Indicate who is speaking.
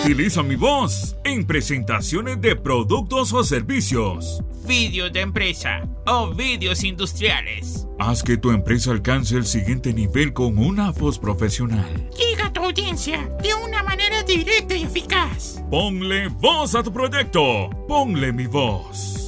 Speaker 1: Utiliza mi voz en presentaciones de productos o servicios.
Speaker 2: Vídeos de empresa o vídeos industriales.
Speaker 1: Haz que tu empresa alcance el siguiente nivel con una voz profesional.
Speaker 3: Llega a tu audiencia de una manera directa y eficaz.
Speaker 1: Ponle voz a tu proyecto. Ponle mi voz.